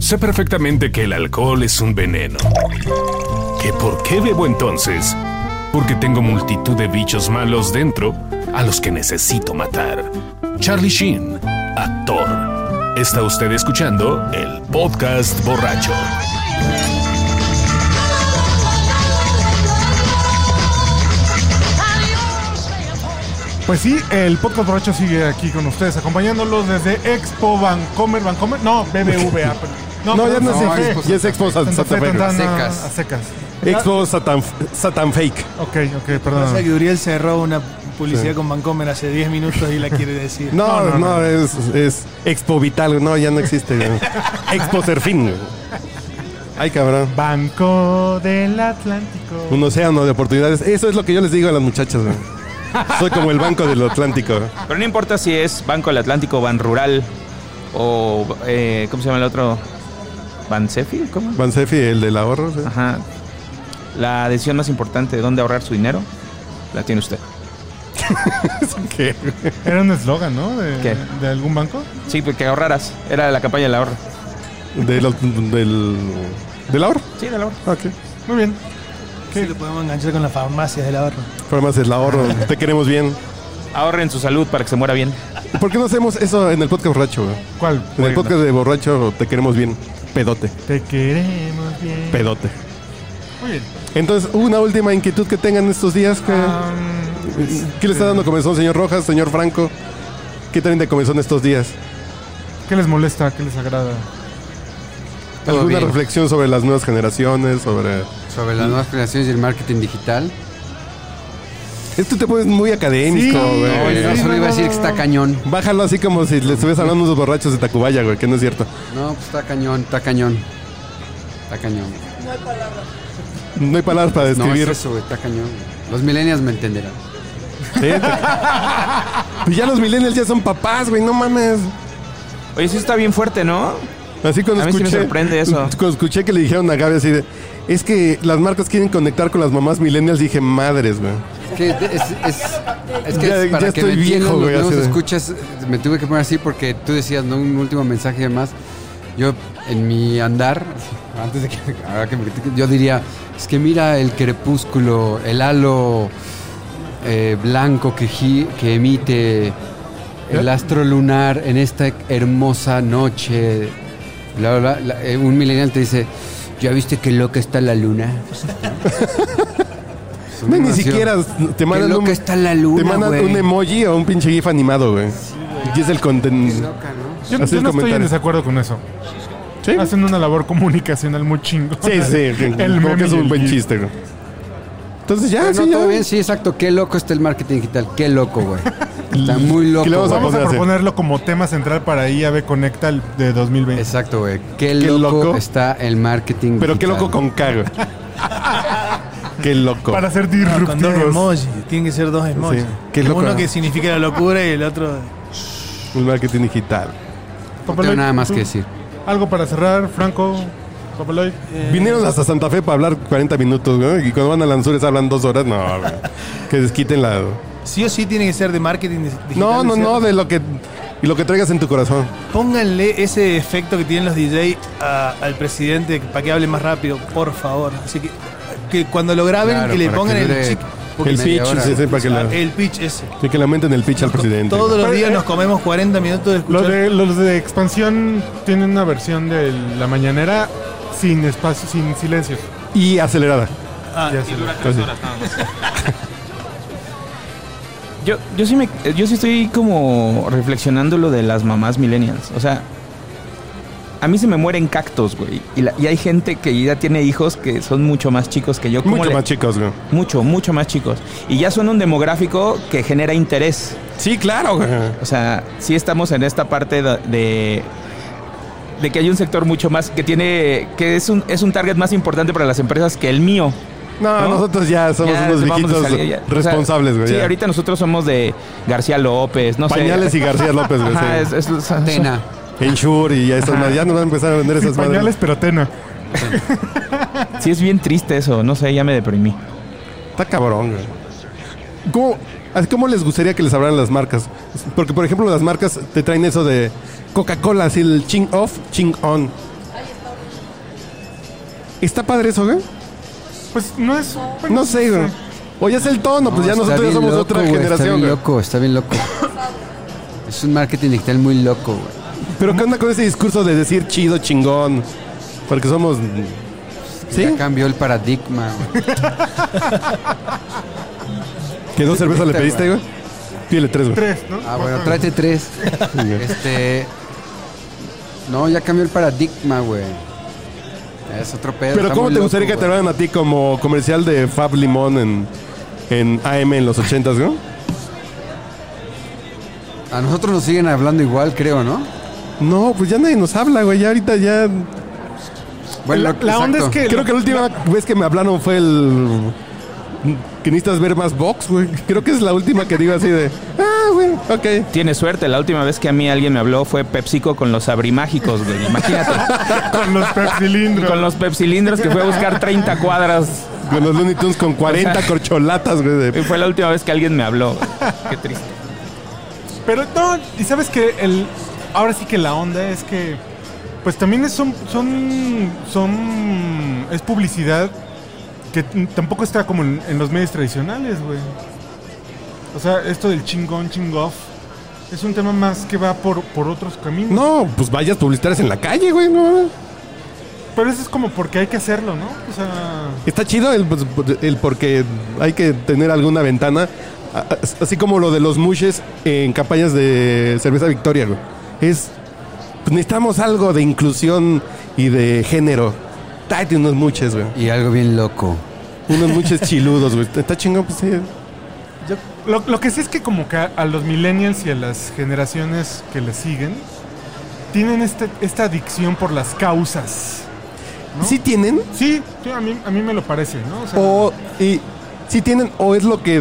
Sé perfectamente que el alcohol es un veneno. ¿Que por qué bebo entonces? Porque tengo multitud de bichos malos dentro a los que necesito matar. Charlie Sheen, actor. Está usted escuchando el podcast borracho. Pues sí, el podcast borracho sigue aquí con ustedes, acompañándolos desde Expo Vancomer, Vancomer, no, [laughs] BBVA. pero- No, ya perdón, no es No, Expo- Fe. Expo ya es Expo Santa, Santa Fe, Fe. Tantana, Secas. a secas. Expo Satan, Satan Fake. Ok, ok, O sea, perdón. que Uriel cerró una publicidad con Vancomer hace 10 minutos y la quiere decir. [laughs] No, No, no, no, no. Es, es Expo Vital, no, ya no existe. güey. Expo Serfín. güey. Ay, cabrón. Banco del Atlántico. Un océano de oportunidades. Eso es lo que yo les digo a las muchachas. güey. Soy como el Banco del Atlántico. Pero no importa si es Banco del Atlántico, Ban Rural o. eh, ¿Cómo se llama el otro? ¿Bansefi? ¿Cómo? Bansefi, el del ahorro. ¿sí? Ajá. La decisión más importante de dónde ahorrar su dinero la tiene usted. ¿Qué? Era un eslogan, ¿no? De, ¿Qué? de algún banco. Sí, porque ahorraras. Era la campaña del ahorro. Del, del, del ahorro. Sí, del ahorro. Ah, Ok. Muy bien. ¿Qué? ¿Qué? Sí, lo podemos enganchar con las farmacias del ahorro. Formas del ahorro. Te queremos bien. Ahorren su salud para que se muera bien. ¿Por qué no hacemos eso en el podcast borracho? güey? ¿Cuál? En el podcast de borracho te queremos bien. Pedote. Te queremos bien. Pedote. Muy bien. Entonces, una última inquietud que tengan estos días. Que, Ah, ¿Qué le está dando comezón, señor Rojas, señor Franco? ¿Qué traen de comezón estos días? ¿Qué les molesta? ¿Qué les agrada? Todo ¿Alguna bien. reflexión sobre las nuevas generaciones? Sobre... Sobre las nuevas generaciones y el marketing digital. Esto te pones muy académico, Sí. güey. No, Eh, sí, solo no, iba a no, decir no, que está no. cañón. Bájalo así como si le estuvieras hablando a unos borrachos de Tacubaya, güey, que no es cierto. No, pues está cañón, está cañón. Está cañón. No hay palabras para No, es describir. eso, güey, está cañón. Los millennials me entenderán. Sí, te- Pues ya los millennials ya son papás, güey, no mames. Oye, sí está bien fuerte, ¿no? Así cuando A mí sí me escuché. sorprende eso. Cuando escuché que le dijeron a Gaby así de. Es que las marcas quieren conectar con las mamás millennials, dije, madres, güey. Es que, es, es- es que Ya- es para ya que estoy me entiendan viejo, los güey, nuevos así de- escuchas, me tuve que poner así porque tú decías, ¿no? Un último mensaje y demás. Yo, en mi andar, [laughs] antes de que, ahora que me critiquen, yo diría, es que mira el crepúsculo, el halo eh, blanco que, gi- que emite el astro lunar en esta hermosa noche. Bla, bla, bla. La- eh, un millennial te dice, ¿ya viste qué loca está la luna? [laughs] No, ni siquiera te Pues, Qué mandan, un, loca está la luna, te mandan em- güey. un emoji o un pinche gif animado, güey. y es el contenido. Yo, yo Así el no estoy comentario. en desacuerdo con eso. ¿Sí? Hacen una labor comunicacional muy chingo. Sí, sí. El creo que meme es y un el buen gif. chiste, güey. Entonces ya, Pero Ah, sí, no, ya. todo bien, sí, exacto. Qué loco está el marketing digital. Qué loco, [laughs] güey. Está muy loco. ¿Qué le vamos güey. Vamos a a Poner así. proponerlo como tema central para IAB Conecta el de 2020. Exacto, güey. Qué, loco, loco. está el marketing Pero digital. qué loco con K, güey. qué loco. Para ser Ah, No, con dos disruptivos. emojis. Tienen que ser dos emojis. Sí. Qué loco, Uno ¿no? que significa la locura y el otro. El marketing No digital. tengo Papaloy, nada más ¿tú? que decir. Algo para cerrar, Franco. Papaloy. Vinieron hasta Santa Fe para hablar 40 minutos, güey. Y cuando van a Lanzures hablan dos horas. No, güey. Que desquiten la. Sí o sí tiene que ser de marketing dis- digital. No, no, ¿cierto? no, de lo que. Y lo que traigas en tu corazón. Pónganle ese efecto que tienen los DJ a- al presidente para que hable más rápido, por favor. Así que, que cuando lo graben, Claro, que le para pongan que el dure chic. El media pitch, hora. sí, sí, para que, la, El pitch ese. sí, que le aumenten el pitch al presidente. Todos los Pero, días eh, nos comemos 40 minutos de Los escuchar. de, los de expansión tienen una versión de la mañanera sin espacio, sin silencio. Y acelerada. Ah, Ya se lo- Entonces, Yo, yo, sí me, yo sí estoy como reflexionando lo de las mamás millennials. O sea, a mí se me mueren cactos, güey. Y, la- y hay gente que ya tiene hijos que son mucho más chicos que yo. ¿Cómo mucho le- más chicos, güey. Mucho, mucho más chicos. Y ya son un demográfico que genera interés. Sí, claro, güey. O sea, sí estamos en esta parte de, de, de que hay un sector mucho más que tiene, que es un, es un target más importante para las empresas que el mío. No, ¿No? nosotros ya somos Ya unos vamos a viejitos salir, ya. O sea, responsables, güey. Sí, ya. ahorita nosotros somos de García López, no Pañales sé. y García López, güey. [laughs] Ajá, sí. es- es- es- es- Tena. Ensure y ya esas madres. Ya nos van a empezar a vender Sin esas madres. pañales, pero tena. Sí, es bien triste eso, no sé, ya me deprimí. Está cabrón, güey. ¿Cómo, así, ¿Cómo les gustaría que les hablaran las marcas? Porque, por ejemplo, las marcas te traen eso de Coca-Cola, así el ching off, ching on. ¿Está padre eso, güey? Pues no es. bueno, No sé, güey. O ya es el tono, pues ya No, está nosotros ya bien somos loco, otra güey, Está generación, bien güey. loco, está bien loco. es un marketing digital muy loco, güey. Pero ¿qué onda con ese discurso de decir chido, chingón? Porque somos... ¿Sí? Ya cambió el paradigma, güey. [laughs] ¿Que dos cervezas le pediste, güey? Pídele tres, güey. Tres, ¿no? Ah, bueno, tráete [laughs] tres. este. No, ya cambió el paradigma, güey. Es otro pedo. Pero está ¿cómo muy te loco, gustaría que te güey. hablaran a ti como comercial de Fab Limón en, en AM en los 80s, güey? A nosotros nos siguen hablando igual, creo, ¿no? No, pues ya nadie nos habla, güey. Ya ahorita ya. La, lo- la onda es exacto. que. Creo que la última vez que me hablaron fue el. que necesitas ver más box, güey. Creo que es la última que digo así de, ah, güey, ok. Tienes suerte, la última vez que a mí alguien me habló fue PepsiCo con los abrimágicos, güey. [laughs] Imagínate. Con los pepsilindros. con los pepsilindros que fue a buscar 30 cuadras. Con los Looney Tunes con 40 corcholatas, güey. Y de- Eh, fue la última vez que alguien me [laughs] habló. Qué triste. Pero no, y sabes que el ahora sí que la onda es que pues también es, son son son es publicidad que t- tampoco está como en, en los medios tradicionales, güey. O sea, esto del chingón chingoff es un tema más que va por por otros caminos. No, pues vayas publicitarias en la calle, güey. No. Pero eso es como porque hay que hacerlo, ¿no? O sea, Está chido el, pues, el porque hay que tener alguna ventana. a- a- Así como lo de los mushes en campañas de cerveza Victoria, güey. Es. pues, necesitamos algo de inclusión y de género. Tráete unos mushes, güey. Y algo bien loco. Unos [laughs] mushes chiludos, güey. Está chingón, pues sí. yo- lo, lo que sí es que como que a, a los millennials y a las generaciones que le siguen tienen este, esta adicción por las causas. ¿No? Sí tienen, Sí, sí, a, mí, a mí me lo parece, ¿no? O sea, o. Y, sí tienen, o es lo que.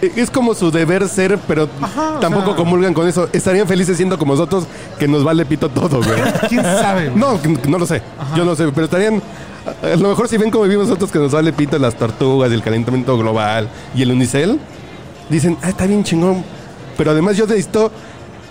e, Es como su deber ser, pero Ajá, o tampoco sea- comulgan con eso. Estarían felices siendo como nosotros, que nos vale pito todo, güey. ¿Quién sabe? güey? No, no lo sé. Yo no sé, pero estarían. A a lo mejor si ven como vivimos nosotros que nos vale pita las tortugas, el calentamiento global y el unicel, dicen, ah, está bien chingón. Pero además yo necesito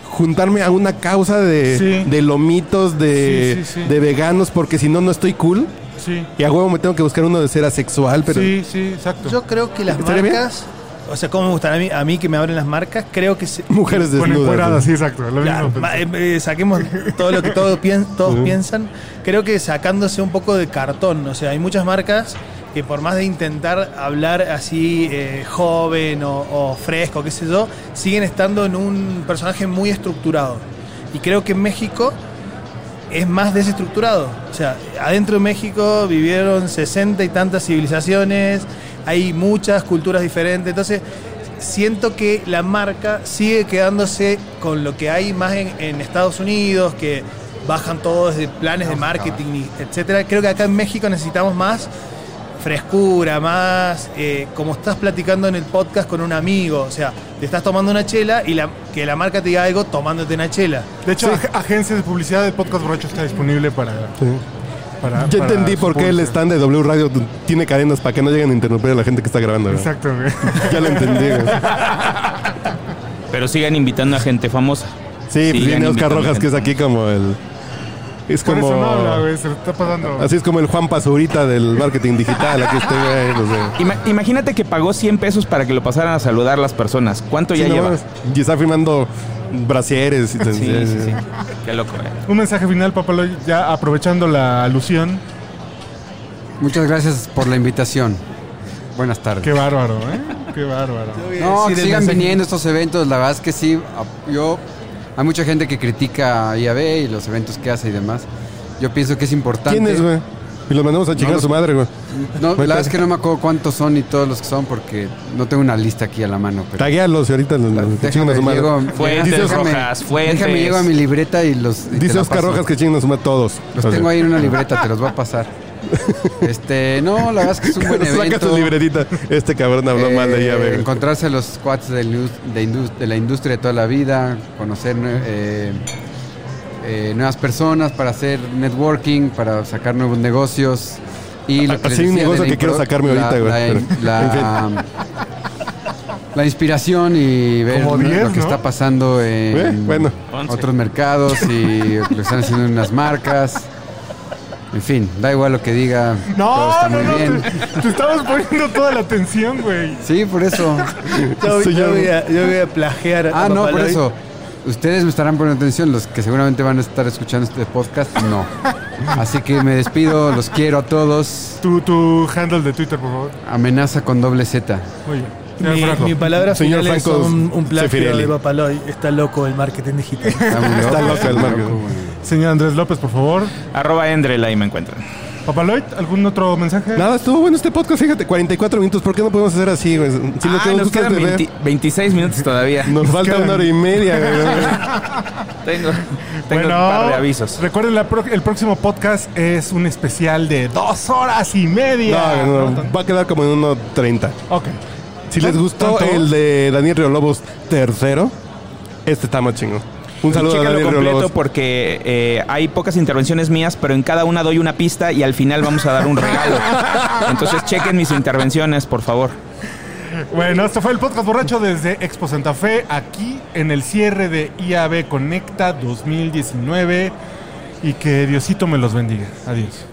juntarme a una causa de, Sí. de lomitos, de, Sí, sí, sí. de veganos, porque si no, no estoy cool. Sí, Y a huevo me tengo que buscar uno de ser asexual, pero... sí, sí, exacto. Yo creo que las ¿Estaría bien? marcas. O sea, ¿cómo me gustará a mí, a mí que me abren las marcas? Creo que se- [laughs] Mujeres Con desnudas. encuerada, ¿no? sí, exacto. Lo Ya, mismo. ma- eh, eh, saquemos todo lo que todos, pien- todos piensan. Creo que sacándose un poco de cartón. O sea, hay muchas marcas que por más de intentar hablar así eh, joven o, o fresco, qué sé yo, siguen estando en un personaje muy estructurado. Y creo que en México es más desestructurado. O sea, adentro de México vivieron sesenta y tantas civilizaciones, hay muchas culturas diferentes. Entonces, siento que la marca sigue quedándose con lo que hay más en, en Estados Unidos, que bajan todos de planes de marketing, y etcétera. Creo que acá en México necesitamos más frescura, más eh, como estás platicando en el podcast con un amigo, o sea, te estás tomando una chela y la- que la marca te diga algo tomándote una chela. De hecho, ag- agencia de publicidad de podcast borracho está disponible para. para- Yo para entendí su por qué el público. stand de W Radio tiene cadenas para que no lleguen a interrumpir a la gente que está grabando. ¿no? Exacto, güey. Ya lo entendí. güey. Pero sigan invitando a gente famosa. Sí, pues Sigan viene Oscar invitando Rojas, que es gente. aquí como el. Es [laughs] Por como. eso no habla, güey. Se lo está pasando. Así es como el Juan Pazurita del marketing digital. Aquí estoy, güey, no sé. Ima- imagínate que pagó 100 pesos para que lo pasaran a saludar las personas. ¿Cuánto ya Sí, no lleva? mames. Y está firmando brasieres. y- Sí, sí, sí. Qué loco, eh. Un mensaje final, Papaloy, ya aprovechando la alusión. Muchas gracias por la invitación. Buenas tardes. Qué bárbaro, ¿eh? Qué bárbaro. No, que decir el sigan mensaje. viniendo estos eventos, la verdad es que sí, a- yo, hay mucha gente que critica a IAB y los eventos que hace y demás. Yo pienso que es importante. ¿Quién es, güey? Y lo mandamos a chingar a su madre, güey. No, la verdad es que no me acuerdo cuántos son y todos los que son porque no tengo una lista aquí a la mano. Pero Taguealos y ahorita los- los- que chinguen a déjame, su madre. llego, Fuentes déjame- rojas, fuentes. Déjame, llego a mi libreta y los... y te Dice la Oscar paso. Rojas que chinguen a su madre todos. Los O sea, tengo ahí en una libreta, te los voy a [laughs] pasar. Este, no, la verdad es que es un buen Saca evento. tu libretita. Este cabrón habló Eh, mal de ella, güey. Encontrarse los cuates de, luz- de indus- de la industria de toda la vida, conocer eh, eh, nuevas personas para hacer networking, para sacar nuevos negocios. Y lo que les Así hay Ah, decía de un negocio la que quiero impro- sacarme la- ahorita, güey, la- pero- La, [laughs] la inspiración y ver Como lo- diez, lo que ¿no? está pasando en Eh, bueno. Once. otros mercados y lo que están haciendo unas marcas. En fin, da igual lo que diga. todo No, está no, muy no. bien. Te, te estabas poniendo toda la atención, güey. Sí, por eso. Yo, Soy yo yo. voy a, yo voy a plagiar. a Ah, no, por Papaloy. eso. Ustedes me estarán poniendo atención, los que seguramente van a estar escuchando este podcast, [laughs] no. Así que me despido, los quiero a todos. Tu, tu handle de Twitter, por favor. Amenaza con doble Z. Muy bien. Señor Mi, Franco. mi palabra Señor final es Franco un, un plagio Zeffirelli. de Papaloy. Está loco el marketing [laughs] digital. Está muy Está loco el está Marco. loco, güey. Señor Andrés López, por favor. Arroba Endrel, ahí me encuentran. Papaloid, ¿algún otro mensaje? Nada, estuvo bueno este podcast, fíjate, 44 minutos, ¿por qué no podemos hacer así? güey? Si no Ah, tenemos nos gustos quedan de ver, 20 26 minutos todavía. nos falta quedan- una hora y media, güey. [laughs] [laughs] Tengo, tengo un par de avisos. Recuerden, la pro- el próximo podcast es un especial de dos horas y media. No, no, no, va a quedar como en 1.30. Ok. Si les gustó ¿Tanto? el de Daniel Riolobos tercero, este está más chingo. Un saludo a Pues Chécalo Daniel completo Riolobos. porque eh, hay pocas intervenciones mías, pero en cada una doy una pista y al final vamos a dar [laughs] un regalo. Entonces chequen mis intervenciones, por favor. Bueno, este fue el podcast borracho desde Expo Santa Fe, aquí en el cierre de IAB Conecta 2019. Y que Diosito me los bendiga. Adiós.